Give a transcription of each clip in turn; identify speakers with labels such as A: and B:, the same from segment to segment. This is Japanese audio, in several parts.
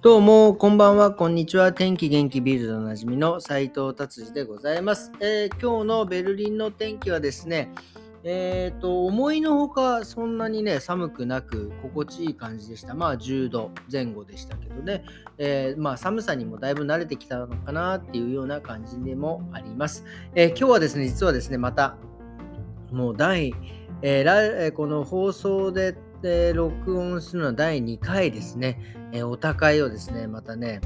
A: どうも、こんばんは、こんにちは。天気元気ビールドおなじみの斉藤達治でございます、えー今日のベルリンの天気はですね、えー、と思いのほかそんなにね寒くなく心地いい感じでした。まあ10度前後でしたけどね、えーまあ、寒さにもだいぶ慣れてきたのかなっていうような感じでもあります。えー今日はですね、実はですね、またもう第、えーらえーこの放送で、えー録音するのは第2回ですね。えーお高いをですね、またね、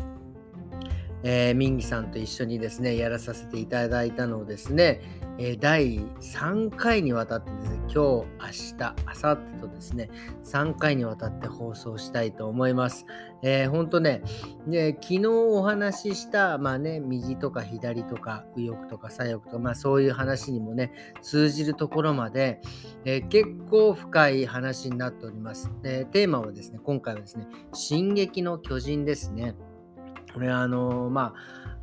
A: えー、民義さんと一緒にですね、やらさせていただいたのをですね、えー第3回にわたってですね、今日、明日、明後日とですね、3回にわたって放送したいと思います。えー、ほんとね、で昨日お話しした、まあね、右とか左とか、右翼とか左翼とか、まあそういう話にもね、通じるところまで、えー結構深い話になっております。えーテーマはですね、今回はですね、進撃の巨人ですね。これあのま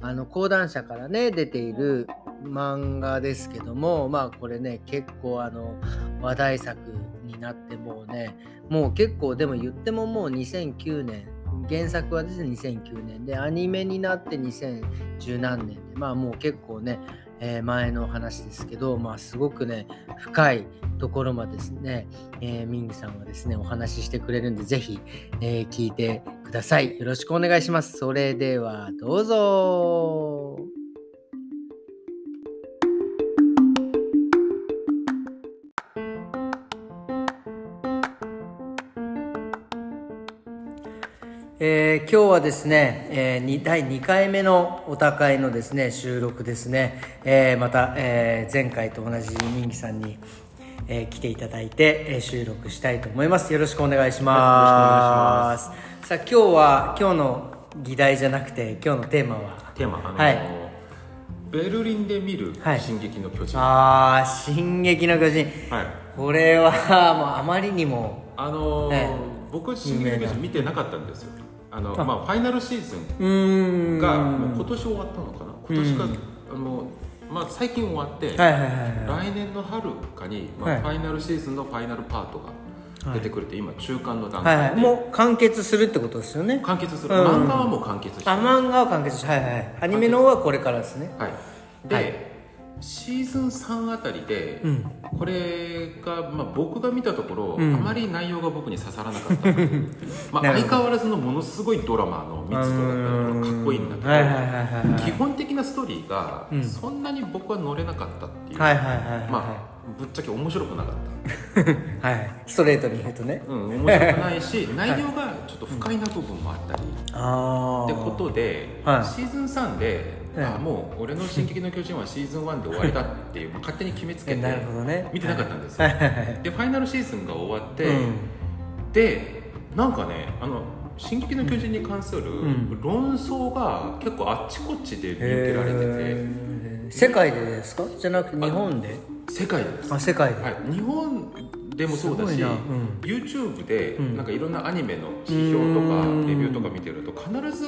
A: ああの講談社からね出ている漫画ですけどもまあこれね結構あの話題作になってもうねもう結構でも言ってももう2009年原作はですね2009年でアニメになって2010何年でまあもう結構ね、えー前の話ですけどまあすごくね深いところまでですね、えー、ミンギさんがですねお話ししてくれるんでぜひえー聞いてください。よろしくお願いします。それではどうぞ。えー今日はですね、えーに第2回目のお互いのですね収録ですね、えーまた、えー前回と同じミンギさんに、えー来ていただいて、えー収録したいと思いますよろしくお願いします
B: よ
A: さあ今日は今日の議題じゃなくて今日のテーマは
B: テーマあの、
A: はい
B: ベルリンで見る
A: はい
B: 「進撃の巨人」
A: あー「進撃の巨人」
B: はい
A: これはもうあまりにも
B: あのー
A: ええ
B: 僕「進撃の巨人」見てなかったんですよあのまあ、ファイナルシーズ
A: うー
B: ン
A: ん
B: がもう今年終わったのかな今年があの、まあ、最近終わって、
A: はいはいはいは
B: 来年の春かに、まあ
A: はい
B: ファイナルシーズンのファイナルパートが出てくれて、今中間の段
A: いはい
B: 階で、
A: はいもう完結するってことですよね
B: 完結する、
A: うん
B: 漫画はもう完結して
A: あ漫画は完結しはいはいアニメの方はこれからですね
B: はい、で、
A: はい
B: シーズン3あたりで、
A: ん
B: これが、まあ、僕が見たところ、あまり内容が僕に刺さらなかった、 まあ、
A: なるほど
B: 相変わらずのものすごいドラマの密度だったりとかかっこいいんだけど、
A: はいはいはいはいはい
B: 基本的なストーリーがそんなに僕は乗れなかったっていう、
A: はいはいはいはい
B: まあぶっちゃけ面白くなかっ
A: はいはいストレートに言うとね
B: た、うん、面白くな いし内容がちょっと不快な部分もあったり、
A: ああ
B: ってことで、
A: はい
B: シーズン3で、
A: ええ
B: あもう俺の「進撃の巨人」はシーズン1で終わりだって いうまあ勝手に決めつけ
A: え
B: て
A: なるほどね
B: 見てなかったんですよ、
A: はいはいはい
B: でファイナルシーズンが終わって、
A: うん
B: でなんかねあの「進撃の巨人」に関する
A: ん
B: 論争が結構あっちこっちで見受けられてて、
A: へー世界でですかじゃなくて日本で
B: 世界です、は
A: あ世界で
B: い、日本でもそうだ
A: すごい
B: し、
A: なうん
B: YouTube で
A: ん
B: なんかいろんなアニメの批評とか
A: うん
B: レビューとか見てると必ず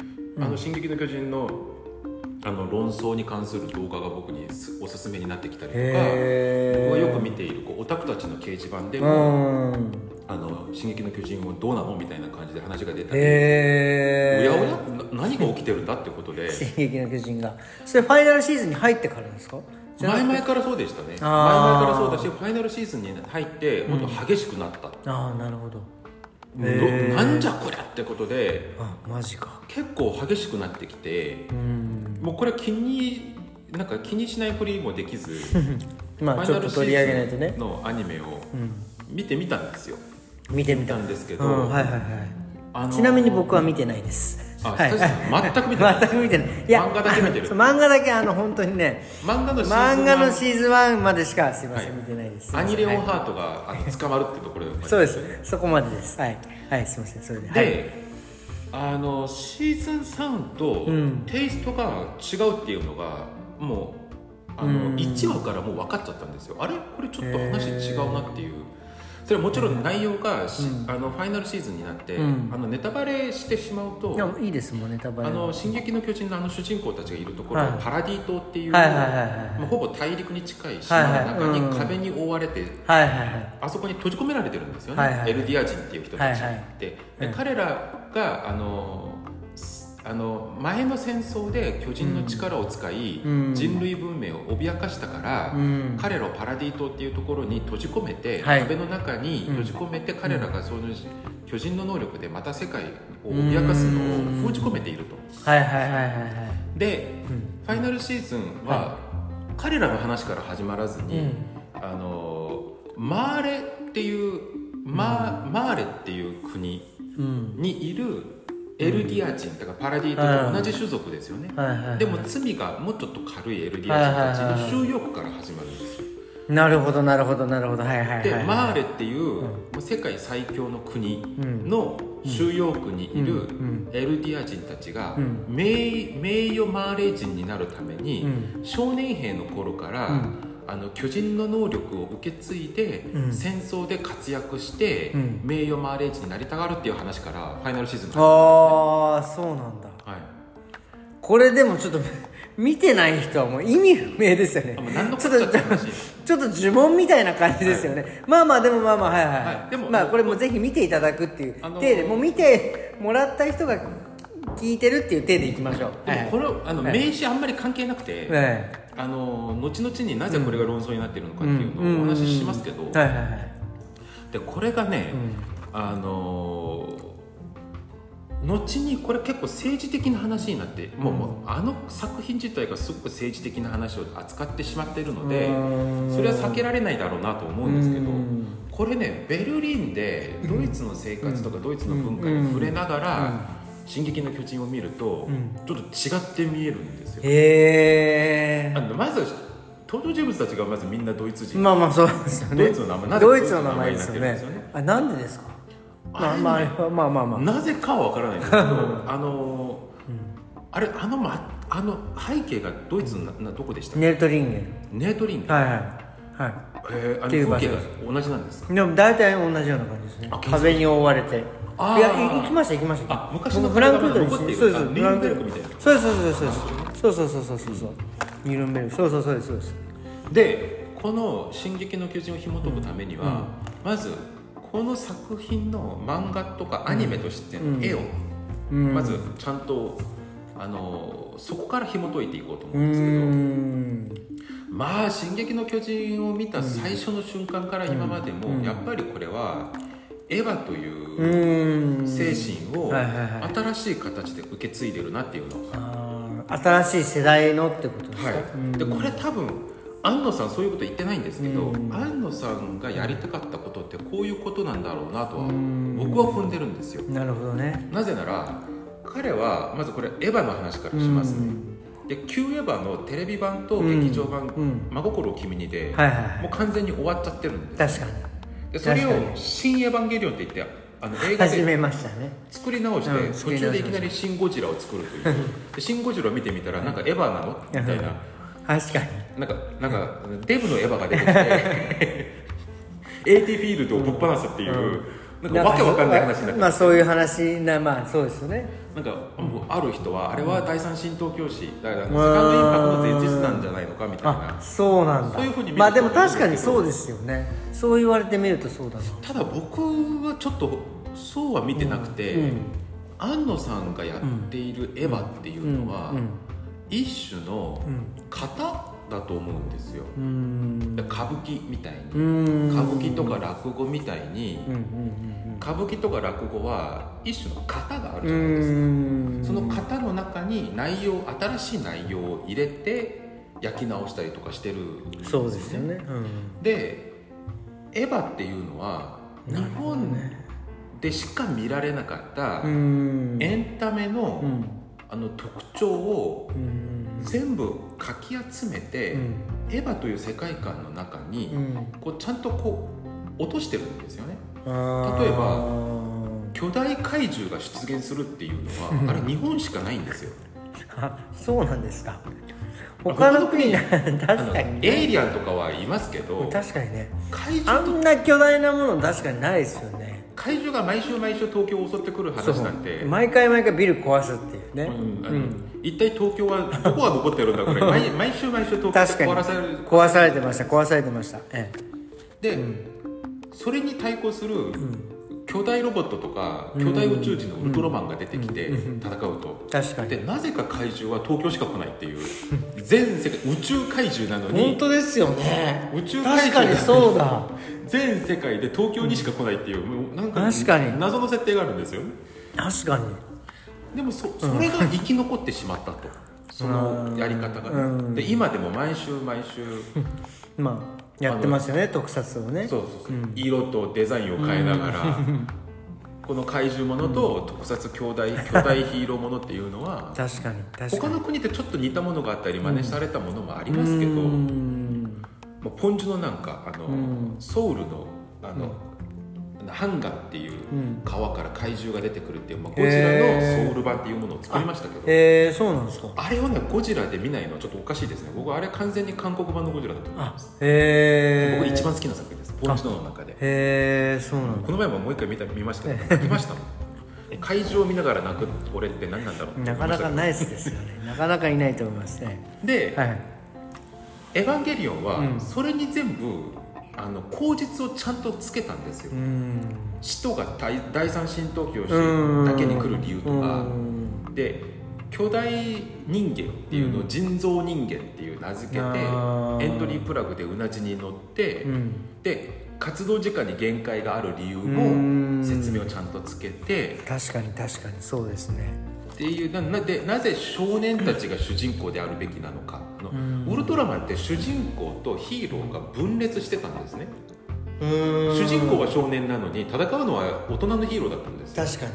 B: 「あの進撃の巨人の」あの論争に関する動画が僕にすおすすめになってきたりとか
A: へー
B: 僕がよく見ているこうオタクたちの掲示板で
A: う
B: も
A: ん
B: 「あの進撃の巨人」をどうなのみたいな感じで話が出たり。お
A: へえ
B: やおやな何が起きてるんだってことで
A: 進撃の巨人がそれファイナルシーズンに入ってからですか じゃなく
B: 前
A: て
B: 々からそうでしたね前
A: あー
B: 々からそうだしファイナルシーズンに入ってもっと激しくなった、
A: ああなるほど
B: ど
A: へー
B: なんじゃこりゃってことで
A: あマジか
B: 結構激しくなってきて
A: うん
B: もうこれは気になんか気にしないふりもできず
A: まあちょっと取り上げないとね
B: のアニメを見てみたんですよ、
A: 見てみた
B: 見たんですけ
A: う
B: ど、
A: んはいはいは
B: あ
A: い
B: のー
A: ちなみに僕は見てないです
B: あ
A: はい
B: そうですね全く見てない
A: 全く見てないいや
B: 漫画だけ見てる
A: あ のそう漫画だけあの本当にね
B: 漫画のシーズン
A: 漫画の
B: ー
A: シーズン1までしかすいません、
B: はい
A: 見てないです
B: アニレオン
A: はい
B: ハートがあの捕まるってところで
A: そうですそこまでですはいはいすいませんそれではい
B: で、あのシーズン3と
A: うん
B: テイストが違うっていうのがもうあの
A: うん
B: 1話からもう分かっちゃったんですよあれこれちょっと話違うなっていう、それはもちろん内容がし、
A: うん
B: あのファイナルシーズンになって、
A: うん
B: あのネタバレしてしまうと、
A: いやいいですもんねタバレ
B: あ
A: は
B: の「進撃の巨人」のあの主人公たちがいるところ、
A: はい
B: パラディ島っていう、
A: はいはいはいはい
B: もうほぼ大陸に近い島の中
A: はいは
B: に
A: い
B: 壁に覆われて、
A: はいはいはい
B: あそこに閉じ込められてるんですよね、
A: はいはい
B: エルディア人っていう人たちで,、
A: はいはい
B: で
A: うん
B: 彼らがあのすあの前の戦争で巨人の力を使い、
A: うん
B: 人類文明を脅かしたから、
A: うん
B: 彼らをパラディ島っていうところに閉じ込めて、
A: はい
B: 壁の中に閉じ込めて、彼らがその巨人の能力でまた世界を脅かすのを封じ込めていると。
A: はいはいはいはいはい
B: で、
A: うん
B: ファイナルシーズンは、
A: は
B: 彼らの話から始まらずに、
A: うん
B: あのマーレっていうマー,、マーレっていう国
A: うん
B: にいるエルディア人、だからパラディ島と同じ種族ですよね、
A: はいはいはい
B: でも罪がもうちょっと軽いエルディア人たちの収容から始まるんですよ、
A: なるほどなるほどなるほどはいはいはい
B: で、
A: はい
B: マーレっていう、世界最強の国の収容区にいるエルディア人たちが、
A: うん
B: 名名誉マーレ人になるために、
A: う
B: 少年兵の頃から、
A: うん
B: あの巨人の能力を受け継いで、
A: うん
B: 戦争で活躍して、
A: うん
B: 名誉マーレ人になりたがるっていう話からファイナルシーズンが
A: ああそうなんだ
B: はい、
A: これでもちょっと 見てない人はもう意味不明ですよね
B: あもう何のこ
A: ち
B: っ
A: ょ
B: ち
A: っ
B: ゃっ
A: と
B: て話
A: ちょっと呪文みたいな感じですよね、まあまあでもまあまあはいはい、は、
B: はいいでも
A: まあこれもぜひ見ていただくっていう
B: あのー
A: 手でもう見てもらった人が聞いてるっていう手でいきましょう
B: でもこれ
A: は
B: あの、
A: はい
B: 名刺あんまり関係なくて、
A: いはい
B: あの後々になぜこれが論争になっているのかって
A: ん
B: いうのをお話ししますけど、
A: はいはいはい
B: でこれがね、あのー後にこれ結構政治的な話になって、もうもうあの作品自体がすごく政治的な話を扱ってしまっているので、
A: うん
B: それは避けられないだろうなと思うんですけど、
A: うん
B: これねベルリンでドイツの生活とかドイツの文化に触れながら「進撃の巨人」を見ると、
A: ん
B: ちょっと違って見えるんですよ。
A: へ
B: あ
A: え
B: のまず登場人物たちがまずみんなドイツ人
A: まあまあそうですよね
B: ドイツの名前なぜ
A: ドイツの名前ですよ
B: ドイ
A: ね
B: ツの名前になって
A: あなんでですかまあまああれはまあまあまあ
B: なぜかは分からないんですけどあのーあれあの,、ま、あの背景がドイツのなどこでしたっけ
A: ネルトリンゲ
B: ネートリン
A: ル
B: ゲン
A: はいはいはい
B: えーあ
A: っていう
B: の
A: 場
B: 風
A: 所
B: 景が同じなんですか
A: でも大体同じような感じですね
B: あ建設
A: 壁に覆われてい
B: あ
A: や
B: ー
A: い行きました行きました
B: あ昔の
A: 僕フランクフルトに
B: 残っている
A: そうです
B: あ
A: そう
B: ニ
A: です
B: ュルンベルクみたいな
A: そうですそうですそうですそうですそうそうそうそうニュルンベルクそうそうそうですそうです
B: でこの「進撃の巨人」を紐解くためには、まずこの作品の漫画とかアニメとしての絵を、まずちゃんとあのーそこから紐解いていこうと思うんですけど、
A: うーん
B: まあ「進撃の巨人」を見た最初の瞬間から今までもやっぱりこれはエヴァと
A: う
B: い
A: ー
B: う
A: ん
B: 精神を
A: はいはいはい
B: 新しい形で受け継いでるなっていうの
A: あー新しい世代のってことですか、
B: はいでこれ多分安野さんそういうこと言ってないんですけど安野さんがやりたかったことってこういうことなんだろうなとは僕は踏んでるんですよ
A: なるほどね
B: なぜなら彼はまずこれエヴァの話からしますねで旧エヴァのテレビ版と劇場版
A: うんうん
B: 「真心を君に」で
A: はいはいはい
B: もう完全に終わっちゃってるんです
A: 確かに
B: でそれを
A: 確か
B: 「新エヴァンゲリオン」って言ってあの映画
A: 始
B: で
A: めましたね
B: 作り直して、
A: うん作
B: 途
A: り直しました
B: 中でいきなり「シン・ゴジラ」を作る というで「シン・ゴジラ」を見てみたらなんかエヴァなのみたいな
A: 確かに
B: なんかなんかデブのエヴァが出てきて AT フィールドをぶっ放すっていう、なんかわけわかんない話になって
A: まあそういう話なまあそうですよね
B: なんかもうある人はあれは第三神東教師だからセカンドインパクトの前日なんじゃないのかみたい
A: あ
B: な
A: そうなんだ
B: そういうふうに見る
A: まあでも確かにそうですよねそう言われてみるとそうだな
B: ただ僕はちょっとそうは見てなくて、安野さんがやっているエヴァっていうのは、一種の型だと思うんですよ、
A: うん
B: 歌舞伎みたいに、
A: うん
B: 歌舞伎とか落語みたいに、
A: うんうん
B: 歌舞伎とか落語は一種の型がある
A: う
B: じゃないですか、
A: ん
B: その型の中に内容新しい内容を入れて焼き直したりとかしてるんです
A: そうですよねうん
B: でエヴァっていうのは日本でしか見られなかった
A: うん
B: エンタメの,、
A: ん
B: あの特徴を
A: うん
B: 全部かき集めて、
A: うん
B: エヴァという世界観の中に、
A: うん
B: こうちゃんとこう落としてるんですよね
A: あー
B: 例え巨大怪獣が出現するっていうのはあれ日本しかないんですよ
A: あそうなんですか他の国確
B: あの
A: かに
B: エイ
A: ね
B: リアンとかはいますけど
A: 確かにね
B: 怪
A: あ
B: 獣と
A: んな巨大なもの確かにないですよね
B: 怪獣が毎週毎週東京を襲ってくる話なんて
A: そう毎回毎回ビル壊すっていうね、
B: うんあの一体東京はどこが残ってるんだ これ毎毎週毎週東京が
A: 確かに
B: 壊らされる
A: 壊されてました壊されてましたええ
B: で、それに対抗する巨大ロボットとか巨大宇宙人のウルトラマンが出てきて戦うと、
A: 確か
B: で
A: に
B: なぜか怪獣は東京しか来ないっていう全世界宇宙怪獣なの
A: 本
B: に
A: 当ですよね
B: 宇宙怪
A: 確か
B: 獣
A: にそうだ
B: 全世界で東京にしか来ないっていう、もうなんか
A: 確かに
B: 謎の設定があるんですよ
A: 確かに
B: でもそそれが生き残ってしまったと、そのやり方が、
A: う
B: で今でも毎週毎週
A: まあやってますよね特撮をね
B: そうそうそう、色とデザインを変えながら、 この怪獣ものと特撮兄弟巨大ヒーローものっていうのは
A: 確かに 確か
B: 他
A: に
B: の国ってちょっと似たものがあったり真似されたものもありますけど、
A: うん
B: まあ、ポンジュのなんかあの、ソウルのあの、ハンガっていう川から怪獣が出てくるっていう、まあ、ゴジラ
A: へ
B: のソウル版っていうものを作りましたけど、
A: えー、そうなんですか
B: あれをねゴジラで見ないのはちょっとおかしいですね僕はあれは完全に韓国版のゴジラだと思い
A: あ
B: ます、
A: えー、
B: 僕一番好きな作品ですポンジュの中で
A: へえー、そうなんだ
B: この前ももう一回見た見ましたけど泣きましたもん会場を見ながら泣く俺って何なんだろうって
A: な
B: 思
A: か
B: いま
A: な
B: したけど
A: かナイスですよ ねなかなかいないと思いますね
B: で、
A: はい
B: エヴァンゲリオン」はそれに全部、あの口実をちゃんとつけたんですよ、
A: うん
B: 使徒が第第三神道教
A: うん
B: 師だけに来る理由とか
A: うん
B: で巨大人間っていうのを人造人間っていう名付けて、
A: あー
B: エントリープラグでうなじに乗って、
A: うん
B: で活動時間に限界がある理由
A: うん
B: も説明をちゃんとつけて、
A: 確かに確かにそうですね
B: っていうななでなぜ少年たちが主人公であるべきなのかあの、ウルトラマンって主人公とヒーローが分裂してたんですね
A: 主
B: 主人公は少年なのに戦うのは大人のヒーローだったんですよ
A: 確かに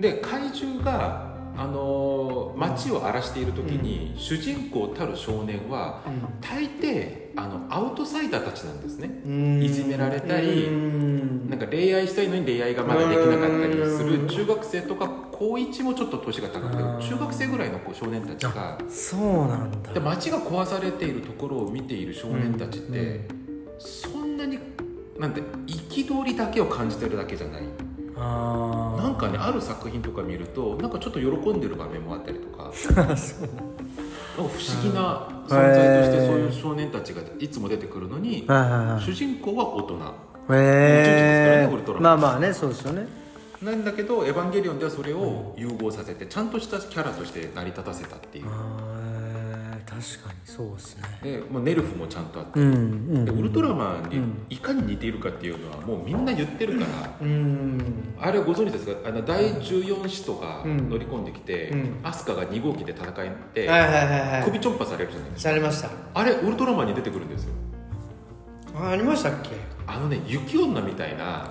B: で怪獣が、あのー街を荒らしている時に、主人公たる少年は大抵あのアウトサイダーたちなんですね
A: うん
B: いじめられたり
A: うん
B: なんか恋愛したいのに恋愛がまだできなかったりする中学生とか高1もちょっと年が高くて
A: うん
B: 中学生ぐらいのこう少年たちが
A: そうなんだ
B: で街が壊されているところを見ている少年たちって、そんなになんて憤りだけを感じてるだけじゃないな
A: あ
B: んかねある作品とか見るとなんかちょっと喜んでる場面もあったりとかなんか不思議な存在としてそういう少年たちがいつも出てくるのに
A: あはいはいはい
B: 主人公は大
A: へ
B: 人宇宙人ですからねウルト
A: えま
B: ラマ
A: あ
B: ン
A: まあねそうですよね
B: なんだけど「エヴァンゲリオン」ではそれを融合させてちゃんとしたキャラとして成り立たせたっていう
A: あ。ー確かにそうですね
B: でまあ、ネルフもちゃんとあって
A: うん
B: でウルトラマンにいかに似ているかっていうのはもうみんな言ってるから、
A: うんうん
B: あれご存知ですかあの第14使とか乗り込んできて、
A: うん
B: アスカが2号機で戦って、
A: はいはいはいは
B: 首ちょんぱされるじゃないで
A: い
B: すか
A: されました
B: あれウルトラマンに出てくるんですよ
A: あありましたっけ
B: あのね雪女みたいな、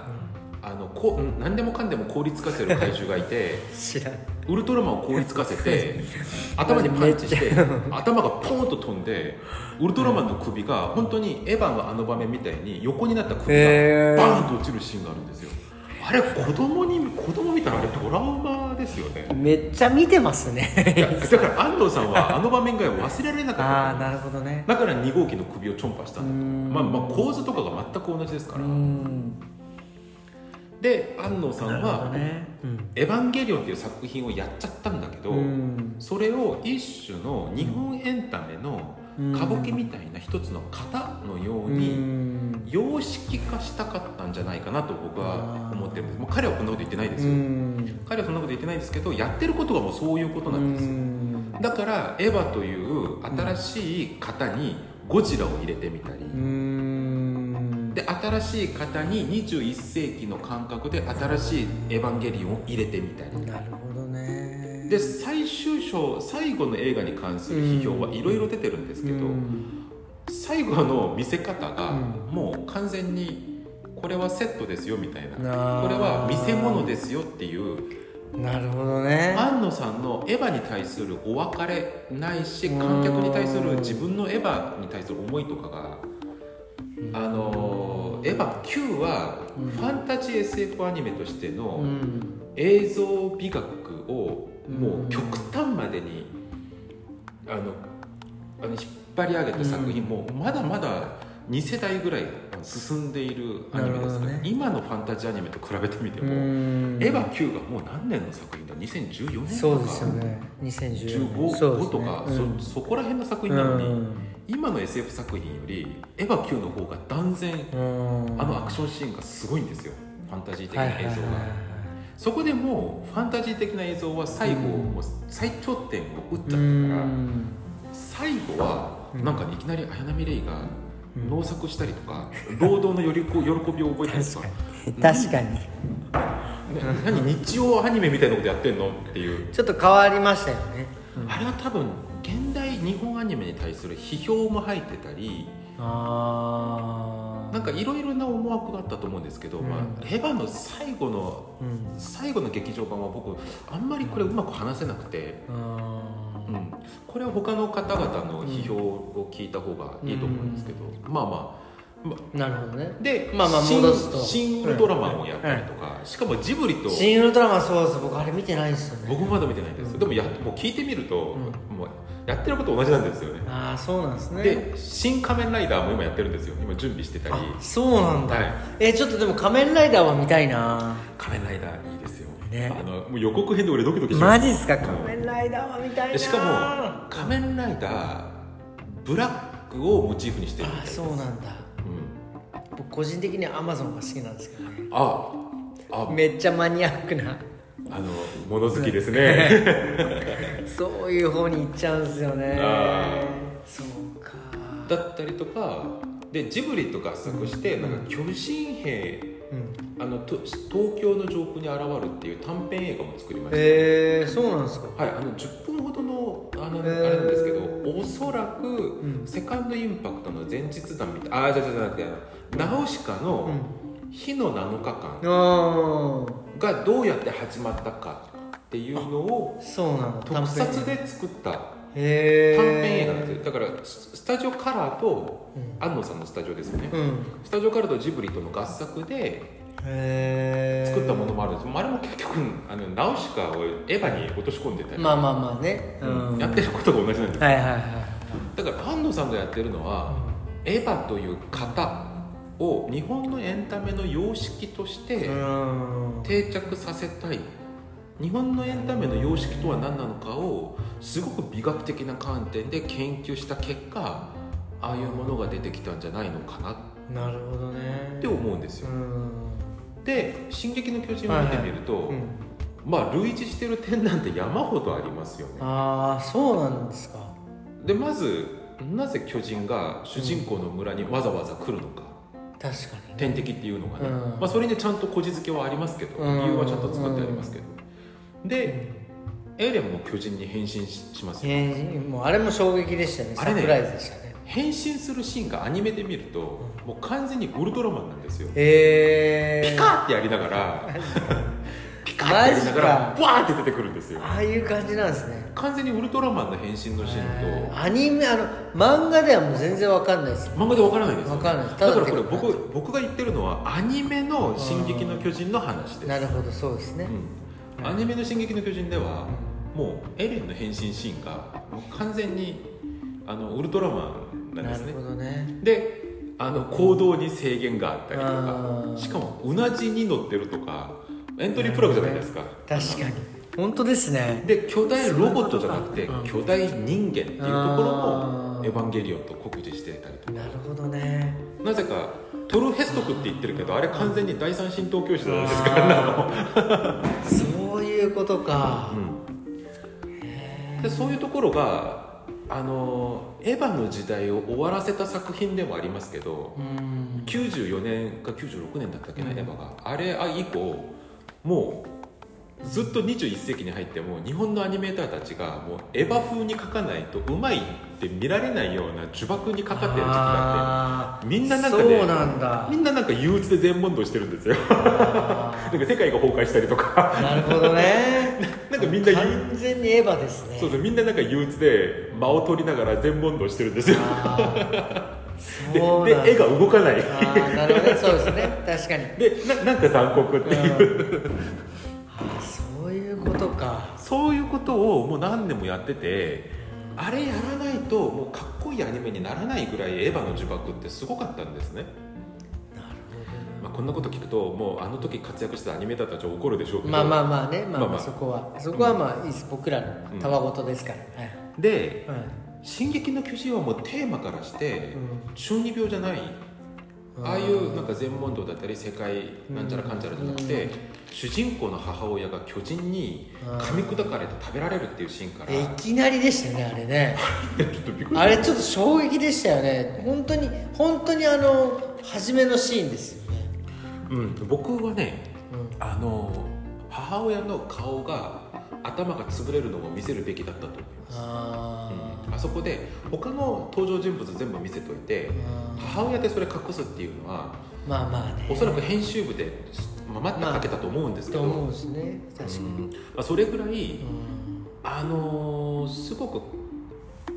B: あのこう何でもかんでも凍りつかせる怪獣がいて
A: 知らん
B: ウルトラマンを凍りつかせ て頭にパンチして頭がポーンと飛んでウルトラマンの首が本当にエヴァンはあの場面みたいに横になった首が
A: へー
B: バーンと落ちるシーンがあるんですよあれ子供に子供見たらあれトラウマですよね
A: めっちゃ見てます
B: い
A: ね
B: やだから安藤さんはあの場面が忘れられなかった
A: ああなるほどね
B: だから2号機の首をちょんぱしたんだとまあまあ構図とかが全く同じですから
A: うん
B: で安藤さんは
A: ねうん
B: 「エヴァンゲリオン」っていう作品をやっちゃったんだけど
A: うん
B: それを一種の日本エンタメの歌舞伎みたいな一つの型のよう
A: う
B: に
A: ん
B: 様式化したかったんじゃないかなと僕は思ってるんですもう彼はこんなこと言ってないです
A: う
B: よ
A: ん
B: 彼はそんなこと言ってないですけどやってることがもうそういうことなんですよ
A: うん
B: だからエヴァという新しい型にゴジラを入れてみたり、
A: うん
B: で新しい型に21世紀の感覚で新しい「エヴァンゲリオン」を入れてみたり
A: なるほどね
B: で最終章最後の映画に関する批評はいろいろ出てるんですけど、
A: うん
B: 最後の見せ方が
A: うん
B: もう完全にこれはセットですよみたいなこれ
A: あー
B: は見せ物ですよっていう
A: なるほどね
B: 庵野さんのエヴァに対するお別れないし観客に対する自分のエヴァに対する思いとかが。あのーエヴァ9はファンタジー SF アニメとして
A: う
B: の
A: ん
B: 映像美学をもう極端までにあのあの引っ張り上げた作品もまだまだ2世代ぐらい進んでいるアニメで
A: なる
B: すか
A: ほど
B: ら、
A: ね
B: 今のファンタジーアニメと比べてみても、
A: ん
B: エヴァ Q がもう何年の作品だ2014年
A: そ
B: と
A: うですよ
B: か
A: ね2014
B: 15
A: 年そうですね
B: とか、
A: うん
B: そそこら辺の作品なのに、
A: うん
B: 今の SF 作品よりエヴァ Q の方が断然、
A: うん
B: あのアクションシーンがすごいんですよファンタジー的
A: は
B: ない
A: はい
B: 映
A: はい
B: 像が、
A: はい
B: そこでもうファンタジー的な映像は最後、
A: うん
B: もう最頂点を打っちゃ
A: う
B: ったから、
A: ん
B: 最後は
A: うん
B: なんかいきなり綾波レイが
A: うん
B: 農作したりとか、労働のよりこう喜びを覚えたりとか
A: 確かに
B: ね何日曜アニメみたいなことやってんのっていう、
A: ちょっと変わりましたよね
B: あれは多分現代日本アニメに対する批評も入ってたり
A: あ
B: なんかいろいろな思惑があったと思うんですけど、
A: うん
B: まあ、エヴァの最後の
A: うん
B: 最後の劇場版は僕あんまりこれうまく話せなくて、
A: あ
B: う
A: ー
B: ん、これは他の方々の批評を聞いた方がいいと思うんですけど、まあまあ、ま
A: なるほどね
B: あで、
A: まあまあ
B: 新
A: 戻すと
B: 新ウルトラマンをやったりとか、しかもジブリと
A: 新ウルトラマンそうです僕あれ見てないですよね
B: 僕もまだ見てないんです、
A: うん
B: でもやもう聞いてみると、
A: う
B: もうやってること同じなんですよね
A: ああそうなんですね
B: で「新仮面ライダー」も今やってるんですよ今準備してたり
A: あそうなんだ、
B: はい
A: えちょっとでも仮面ライダーは見たいな
B: 仮面ライダーいいですよ、
A: ね
B: あのもう予告編で俺ドキドキしま
A: マ
B: す
A: ジっすか仮面ライダーは見たいな
B: でしかも仮面ライダーブラックをモチーフにしてるみたい
A: あ
B: です
A: そうなんだ
B: うん
A: 僕個人的にアマゾンが好きなんですけどね
B: ああ
A: めっちゃマニアックな
B: あの物好きですね
A: そういう方に行っちゃうんですよね
B: あ
A: そうか
B: だったりとかでジブリと合作してなんか巨神兵
A: うん
B: あのと東京の上空に現るっていう短編映画も作りました、
A: えー、そうなんですか
B: はい、あの10分ほどのあの、
A: へー
B: あれなんですけどおそらく、
A: ん
B: セカンドインパクトの前日談みたいなあじゃじゃじゃなくてナウシカの「火の7日間」
A: あ
B: がどうやって始まったかっていうのを
A: あそうなんだ
B: 特撮
A: へ
B: で作った
A: え
B: 短
A: ー、
B: 編映画なんですよだからススタジオカラーと
A: うん
B: 安野さんのスタジオですよね、
A: うん
B: スタジオカラーとジブリとの合作で
A: へえ
B: 作ったものもあるんです、あれも結局あのナウシカをエヴァに落とし込んでたり、
A: まあまあまあね、うん
B: やってることが同じなんです
A: はいはいはい
B: だから安野さんがやってるのはエヴァという型を日本のエンタメの様式として
A: うん
B: 定着させたい日本のエンタメの様式とは何なのかをすごく美学的な観点で研究した結果ああいうものが出てきたんじゃないのかなっ
A: なるほどね
B: て思うんです
A: う
B: よ
A: ん
B: で「進撃の巨人」を見てみると、
A: うん
B: まあ類似してる点なんて山ほどありますよね
A: ああそうなんですか
B: でまずなぜ巨人が主人公の村にわざわざ来るのか、
A: 確かにね
B: 天敵っていうのが
A: う
B: ね、
A: ん
B: まあ、それにちゃんとこじつけはありますけど、
A: うん
B: 理由はちゃんと使ってありますけど、でエレンも巨人に変身ししますよ
A: 変人もうあれも衝撃でしたね
B: あ
A: サ
B: れね
A: プライズでしたね
B: 変身するシーンがアニメで見るともう完全にウルトラマンなんですよ
A: へえ
B: ピカーってやりながらピカーってやりな
A: マ
B: がらバーって出てくるんですよ
A: ああいう感じなんですね
B: 完全にウルトラマンの変身のシーンと
A: アニメあの漫画ではもう全然わかんないです
B: 漫画でわからないですよ
A: わからないた
B: だ
A: だ
B: からこれ
A: 出てくる
B: 僕僕が言ってるのはアニメの「進撃の巨人」の話です、
A: なるほどそうですね、
B: うん、アニメの「進撃の巨人」ではもうエレンの変身シーンがもう完全にあのウルトラマンなんで
A: な
B: す
A: る
B: ね
A: ほどね
B: であの行動に制限があったりと
A: あー
B: かしかも同じに乗ってるとかエントリープラグじゃないですか
A: 確かに本当ですね
B: で巨大ロボットじゃなくて
A: うん
B: 巨大人間っていうところ
A: あ
B: も「
A: ー
B: エヴァンゲリオン」と酷似してたりとか
A: なるほどね
B: なぜかトルヘストクって言ってるけどあれ完全に第三神道教師じゃないですか
A: あーそういうことか、
B: でそういうところがあのエヴァの時代を終わらせた作品でもありますけど
A: うん
B: 94年か96年だったっけな、エヴァがあれ以降もうずっと21世紀に入っても日本のアニメーターたちがもうエヴァ風に描かないとうまいって見られないような呪縛にかかってる時期があって
A: あー
B: みんななんか
A: そ
B: ね
A: うなんだ
B: みんななんか憂鬱で全問答してるんですよ
A: あ
B: なんか世界が崩壊したりとか
A: ーなるほどね
B: なんかみんな憂鬱
A: 完全にエヴァですね
B: そうそうみんななんか憂鬱で間を取りながら全問答してるんですよ
A: あー
B: で
A: そうなんだ
B: で絵が動かない
A: あーなるほどねそうですね確かに
B: でななんか残酷っていう、
A: あーそういうことか
B: そういうことをもう何年もやっててあれやらないともうかっこいいアニメにならないぐらいエヴァの呪縛ってすごかったんですね、まあ、こんなこと聞くともうあの時活躍したアニメーターたちは怒るでしょうけど
A: まあまあまあね、まあ、ま
B: まあまあ
A: あそこはそこはまあいいです僕らのたわごとですから、はい
B: で
A: はい
B: 「進撃の巨人」はもうテーマからして
A: う
B: 中二病じゃない
A: うん
B: ああいうなんか全問答だったり世界なんちゃらかんちゃらじゃなくて、
A: うん
B: 主人公の母親が巨人に
A: うん
B: 噛み砕かれて食べられるっていうシーンから、
A: えいきなりでしたねあれね
B: ちょっとびっくり
A: あれちょっと衝撃でしたよね本当に本当にあの初めのシーンですよね、
B: うん、僕はね
A: うん
B: あの母親の顔が頭が潰れるのを見せるべきだったと思い
A: あ
B: ます、うんあそこで他の登場人物全部見せといて
A: ー、あー
B: 母親でそれ隠すっていうのは
A: まあまあね
B: おそらく編集部でまあ待ったかけたと思うんですけ
A: と
B: ど、
A: 思うんですね確か
B: う
A: に、
B: んまあ、それぐらい、
A: うん
B: あのーすごく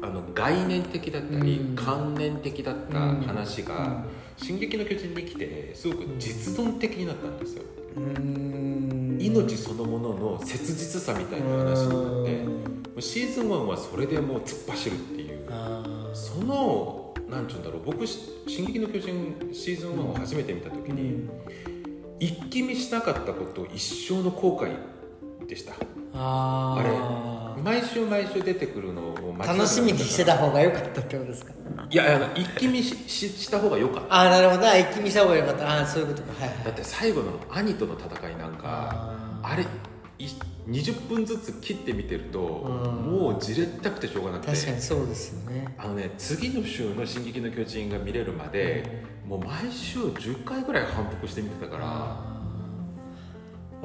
B: あの概念的だったり、
A: うん
B: 観念的だった話が「進撃の巨人」に来てすごく実存的になったんですよ、
A: うーん
B: 命そのものの切実さみたいな話になって
A: う
B: も
A: ん
B: うシーズン1はそれでもう突っ走るっていう
A: あー
B: そのなんちゅうんだろう僕「し進撃の巨人」シーズン1を初めて見た時に、一気見しなかったこと一生の後悔でした
A: あー
B: 毎週毎週出てくるのを待ちながら
A: 楽しみにしてた方が良かったってことですか
B: いやいや一気見ししした方が良かった
A: ああなるほど一気見した方が良かったああーそういうことかはい
B: だって最後の兄との戦いなんか
A: は
B: あれい20分ずつ切って見てると
A: うん
B: もうじれったくてしょうがないくて
A: 確かにそうですよね
B: あのね次の週の「進撃の巨人」が見れるまでもう毎週10回ぐらい反復して見てたから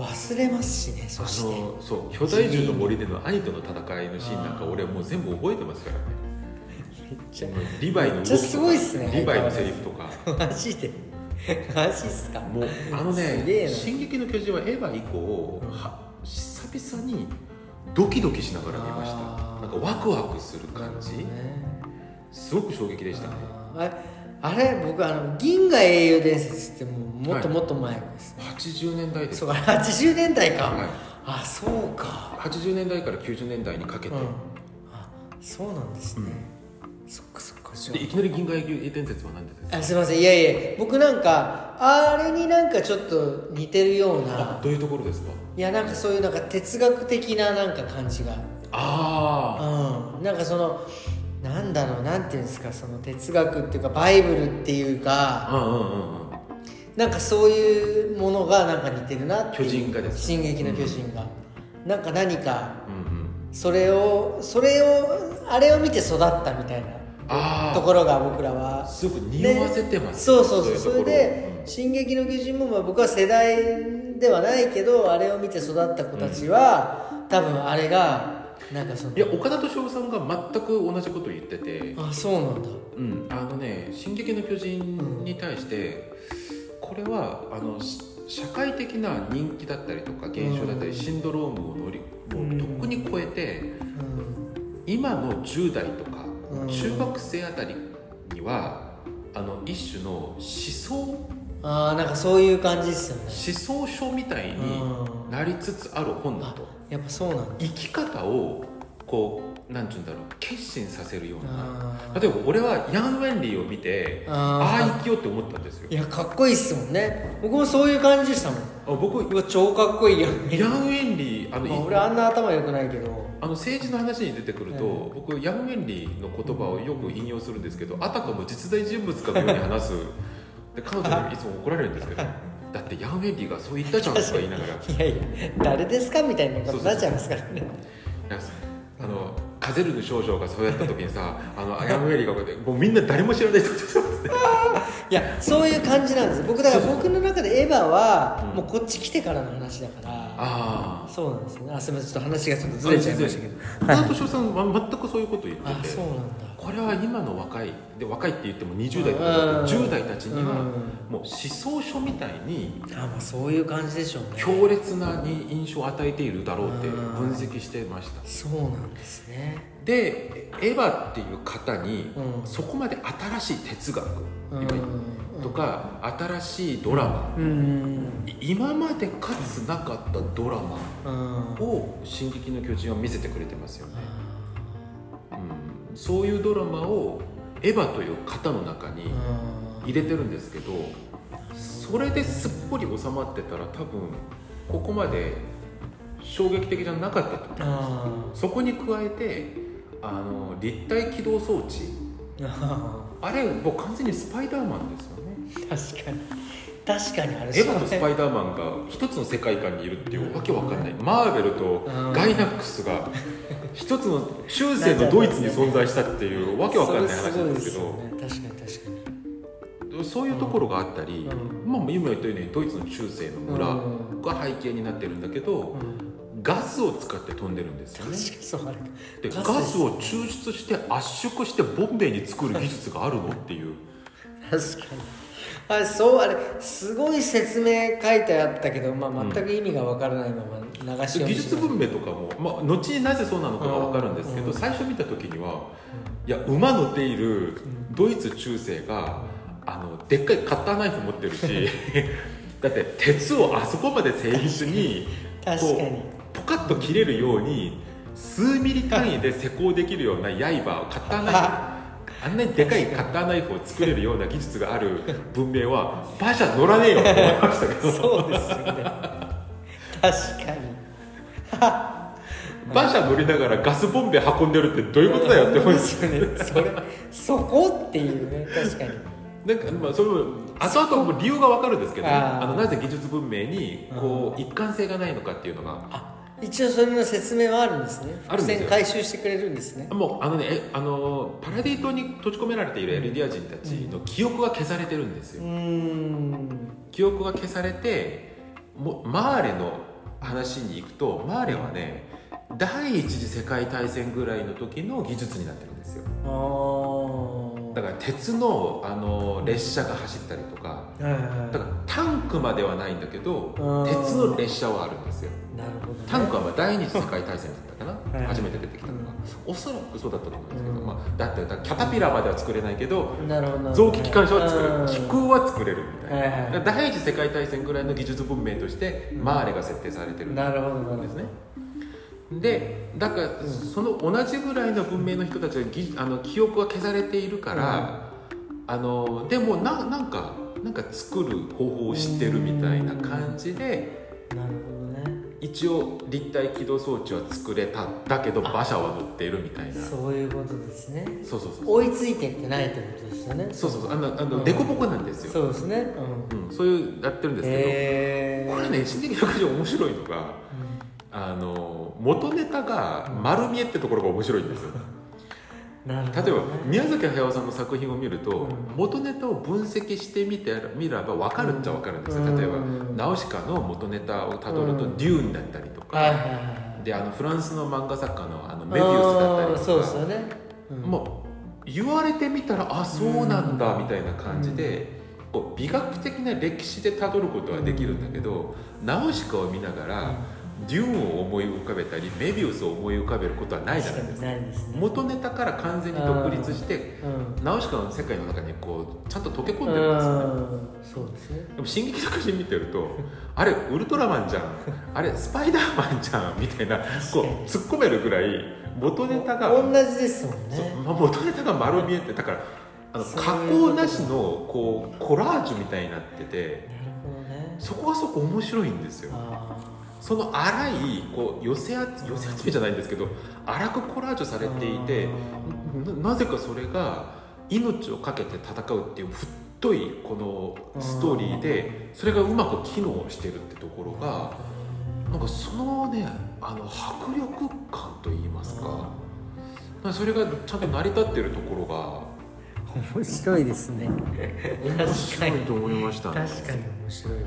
A: 忘れますしね
B: あ
A: そして
B: のそう巨大獣の森での兄との戦いのシーンなんか俺はもう全部覚えてますからね
A: めっちゃ
B: リヴァイの動
A: めっ
B: き
A: ちゃ
B: と
A: す
B: か
A: ごいっすね
B: リヴァイのセリフとか
A: マジでマジっすか
B: もうあの
A: すげえ
B: ね「
A: な
B: 進撃の巨人」はエヴァ以降は久々にドキドキしながら見ました
A: あー
B: なんかワクワクする感じ
A: ね
B: すごく衝撃でしたね
A: ああれ僕あの「銀河英雄伝説」ってもうもっともっと前です、
B: 80年代です
A: そうか80年代か、
B: はい
A: あそうか
B: 80年代から90年代にかけ
A: う
B: て、
A: んあそうなんですね、そっかそっかじゃ
B: でいきなり銀河英伝説は何でですか
A: ああすいませんいやいや僕なんかあれになんかちょっと似てるような
B: どういうところですか
A: いやなんかそういうなんか哲学的ななんか感じが
B: あ
A: うんなんかそのなんだろうなんていうんですかその哲学っていうかバイブルっていうか、
B: あうんうんうんうん
A: なんかそういうものがなんか似てるなっていう
B: 巨人がです
A: 進撃の巨人が、なんか何か
B: うんうん
A: それをそれをあれを見て育ったみたいな
B: あー
A: ところが僕らは
B: すごく匂わせてます、
A: そうそうそうそ
B: い
A: れ
B: ところ
A: で「進撃の巨人も」まあ、僕は世代ではないけどあれを見て育った子たちは、多分あれがなんかその
B: うんいや岡田斗司夫さんが全く同じことを言ってて
A: あそうなんだ
B: うん、あのね「進撃の巨人」に対して、これはあのし社会的な人気だったりとか現象だったり、
A: うん
B: シンドロームを乗りも
A: うん
B: うとっくに超えて、
A: うん
B: 今の10代とか、
A: うん
B: 中学生あたりにはあの一種の思想思
A: ああなんかそういう感じですよね
B: 想書みたいに
A: うん
B: なりつつある本だ
A: あ
B: と、
A: やっぱそうなんだ
B: 生き方をこうなんて言うんだろう決心させるような
A: あー
B: 例えば俺はヤン・ウェンリーを見て
A: あ
B: あ
A: ー
B: あ生きようって思ったんですよ
A: いやかっこいいっすもんね僕もそういう感じでしたもん
B: あ僕
A: うわ超かっこいいやん
B: ヤン・ウェンリーあの、
A: まあ
B: い
A: 俺あんな頭良くないけど
B: あの政治の話に出てくると、
A: う
B: 僕ヤン・ウェンリーの言葉をよく引用するんですけどあたかも実在人物かのように 話すで彼女にいつも怒られるんですけどだってヤン・ウェンリーがそう言ったじゃんとか言いなが ら
A: いやいや誰ですかみたいなことになっちゃいますからね
B: なんかあのカゼルヌ少女がそうやった時にさあのヤン・ウェンリーがこうやってもうみんな誰も知らない人って言ってますね
A: いやそういう感じなんです僕だから
B: そう
A: 僕の中でエヴァは
B: うん
A: もうこっち来てからの話だから
B: ああ
A: そうなんですよねあすみませんちょっと話がちょっとずれちゃいましたけど
B: 岡田敏夫さんは全くそういうことを言って
A: あ
B: て
A: そうなんだ
B: これは今の若いで若いって言っても20代とか
A: うん
B: 10代たちには
A: うん
B: もう思想書みたいに
A: あまあそういう感じでしょうね
B: 強烈なに印象を与えているだろうって分析してました
A: そうなんですね
B: でエヴァっていう方に
A: うん
B: そこまで新しい哲学
A: うん
B: とか新しいドラマ
A: うん
B: 今までかつなかったドラマ
A: うん
B: を「進撃の巨人」は見せてくれてますよね、
A: あ
B: うんそういうドラマをエヴァという型の中に
A: あー
B: 入れてるんですけどそれですっぽり収まってたら多分ここまで衝撃的じゃなかったと思う
A: あ
B: そこに加えてあの立体起動装置
A: ーあ
B: あれもう完全にスパイダーマンですよね
A: ー確かに確かにあれ
B: エヴァとスパ
A: イ
B: イダーマンが一つの世界観にいるっていうわけわかんないマーベルと
A: うん
B: ガイナックスが一つの 中世のドイツに存在したっていうわけわかんない話なんですけど
A: 確かに確かに
B: そういうところがあったり、
A: う
B: まあ、今言ったようにドイツの中世の村
A: うん
B: が背景になってるんだけ
A: う
B: ど、
A: ん
B: ガスを使って飛んでるんですよ
A: 確か
B: ね
A: にそうあれ
B: で
A: ガ
B: ガ
A: ス
B: スを抽出して圧縮してボンベイに作る技術があるのっていう
A: 確かにあそうあれすごい説明書いてあったけど、まあ、全く意味がわからないまま流し読みし
B: 技術文明とかも、まあ、後になぜそうなのかが分かるんですけ
A: うん
B: ど最初見た時にはいや馬乗っているドイツ中世があのでっかいカッターナイフ持って るしだって鉄をあそこまで精密に
A: 確かに
B: ポカッと切れるように数ミリ単位で施工できるような刃をカッター ナイフあんなにでかいカッターナイフを作れるような技術がある文明は馬車乗らねえよと思いましたけど
A: そうですよね確かに
B: 馬車乗りながらガスボンベ運んでるってどういうことだよって思いま
A: ですすよねそれそこっていうね確かに
B: なんかまあそれも後々も理由がわかるんですけどね、
A: あー
B: あのなぜ技術文明にこう一貫性がないのかっていうのが
A: 一応それの説明はあるんですね
B: あるんですよ
A: 伏線回収してくれるんですね
B: もうあのねえあのパラディ島に閉じ込められているエルディア人たちの記憶が消されてるんです
A: う
B: よ、
A: ーん
B: 記憶が消されてもうマーレの話に行くとマーレはね第一次世界大戦ぐらいの時の技術になってるんですよ
A: ああ
B: だから鉄のあの列車が走ったりとか
A: はいはいはい
B: だからタンクまではないんだけど
A: うん
B: 鉄の列車はあるんですよ
A: なるほど、ね、
B: タンクはまあ第二次世界大戦だったかな、
A: はい
B: 初めて出てきたのが、おそらくそうだったと思うんですけど、
A: うん
B: まあ、だってだからキャタピラーまでは作れないけど
A: なるほどなるほど
B: 臓器機関車は作れ
A: う
B: る
A: ん
B: 気空は作れるみたいな、
A: はいはい
B: だから第一次世界大戦ぐらいの技術文明として、
A: うん
B: マーレが設定されてるんで
A: なるほどなるほど
B: すねでだから、その同じぐらいの文明の人たちはぎあの記憶は消されているから、あのでもななんかなんか作る方法を知ってるみたいな感じで、
A: なるほどね
B: 一応立体起動装置は作れただけど馬車は乗っているみたいなそう
A: そういうことですね
B: そうそうそう
A: 追いついてってないってことですよね
B: そうそうそうあのあ
A: うん
B: の凸凹なんですよ、
A: そうですねうん
B: うん、そういうやってるんですけ
A: へ
B: ど
A: ー
B: これね新劇百条面白いのがあの元ネタが丸見えってところが面白い んですよ
A: うんなるほどね
B: 例えば宮崎駿さんの作品を見ると、
A: うん
B: 元ネタを分析してみて見れば分かるっちゃ分かるんですよ、
A: うん
B: 例えば
A: うん
B: ナウシカの元ネタをたどると、
A: うん
B: デューンだったりとか、
A: はいはいはい
B: であのフランスの漫画作家のあのメビウスだったりと
A: あー
B: か
A: そうですよね、うん
B: もう言われてみたらあそうなんだみたいな感じで、こう美学的な歴史でたどることはできるんだけど、ナウシカを見ながら、デューンを思い浮かべたりメビウスを思い浮かべることはないじゃ
A: 確か
B: ないです
A: に
B: か
A: ないですね
B: 元ネタから完全に独立して
A: うん
B: ナウシカの世界の中にこうちゃんと溶け込んでるんですよね
A: うんそうですね
B: でも「進撃の巨人」見てるとあれウルトラマンじゃんあれスパイダーマンじゃんみたいなこう突っ込めるぐらい元ネタが
A: 同じですもん
B: そう
A: ね
B: まあ、元ネタが丸見えってだからあの
A: そう
B: 加工なしのこうコラージュみたいになってて
A: なるほどね
B: そこはそこ面白いんですよ
A: あ
B: その荒いこう寄せ集寄せ集めじゃないんですけど荒くコラージュされていてななぜかそれが命を懸けて戦うっていう太いこのストーリーでそれがうまく機能してるってところがなんかそのねあの迫力感といいますかなんかそれがちゃんと成り立ってるところが
A: ー面白いですね
B: 面白いと思いました
A: 確
B: ね
A: かに面白いわ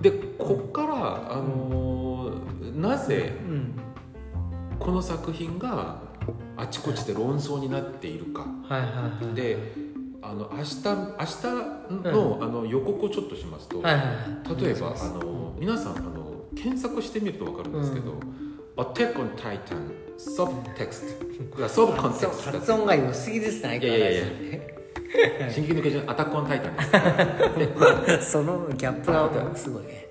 B: でこっからあのーなぜ
A: うん
B: この作品があちこちで論争になっているか
A: はいはいはい
B: であの明日明日の,、あの予告をちょっとしますと、
A: はいはいはい
B: 例えばあの皆さんあの検索してみると分かるんですけど「Attack on Titan」「Subtext」いや 「
A: 発
B: Subcontext
A: 音」
B: だっ
A: 発音が良すぎですね
B: いやいやいやて「進撃の巨人」「アタック・オン・タイタン」ですね
A: やそのギャップがすごいね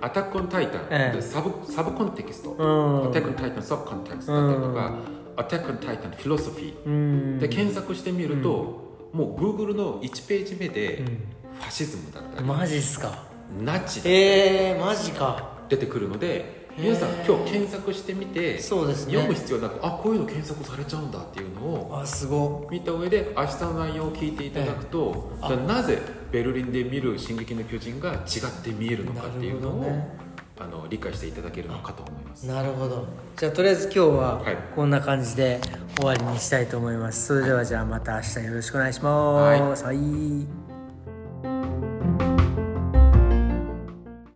B: アタックオンタイタン、
A: ええ
B: サブサブコンテキスト、
A: うん
B: アタックオンタイタンサブコンテキストだったりとか、 「Attack on Titan Philosophy
A: う」ん
B: で検索してみると、もう Google の1ページ目で、ファシズムだったり、
A: マジっすか
B: ナチだったり
A: えー、マジか
B: 出てくるので
A: へー
B: 皆さん今日検索してみて、
A: そうですね
B: 読む必要なくあこういうの検索されちゃうんだっていうのを
A: あすご
B: 見た上で明日の内容を聞いていただくと、
A: ええあ
B: じゃあなぜベルリンで見る「進撃の巨人」が違って見えるのかっていうのを、
A: なるほどね
B: あの理解していただけるのかと思います。
A: なるほどじゃあとりあえず今日は
B: はい
A: こんな感じで終わりにしたいと思います、それではじゃあまた明日よろしくお願いします、はい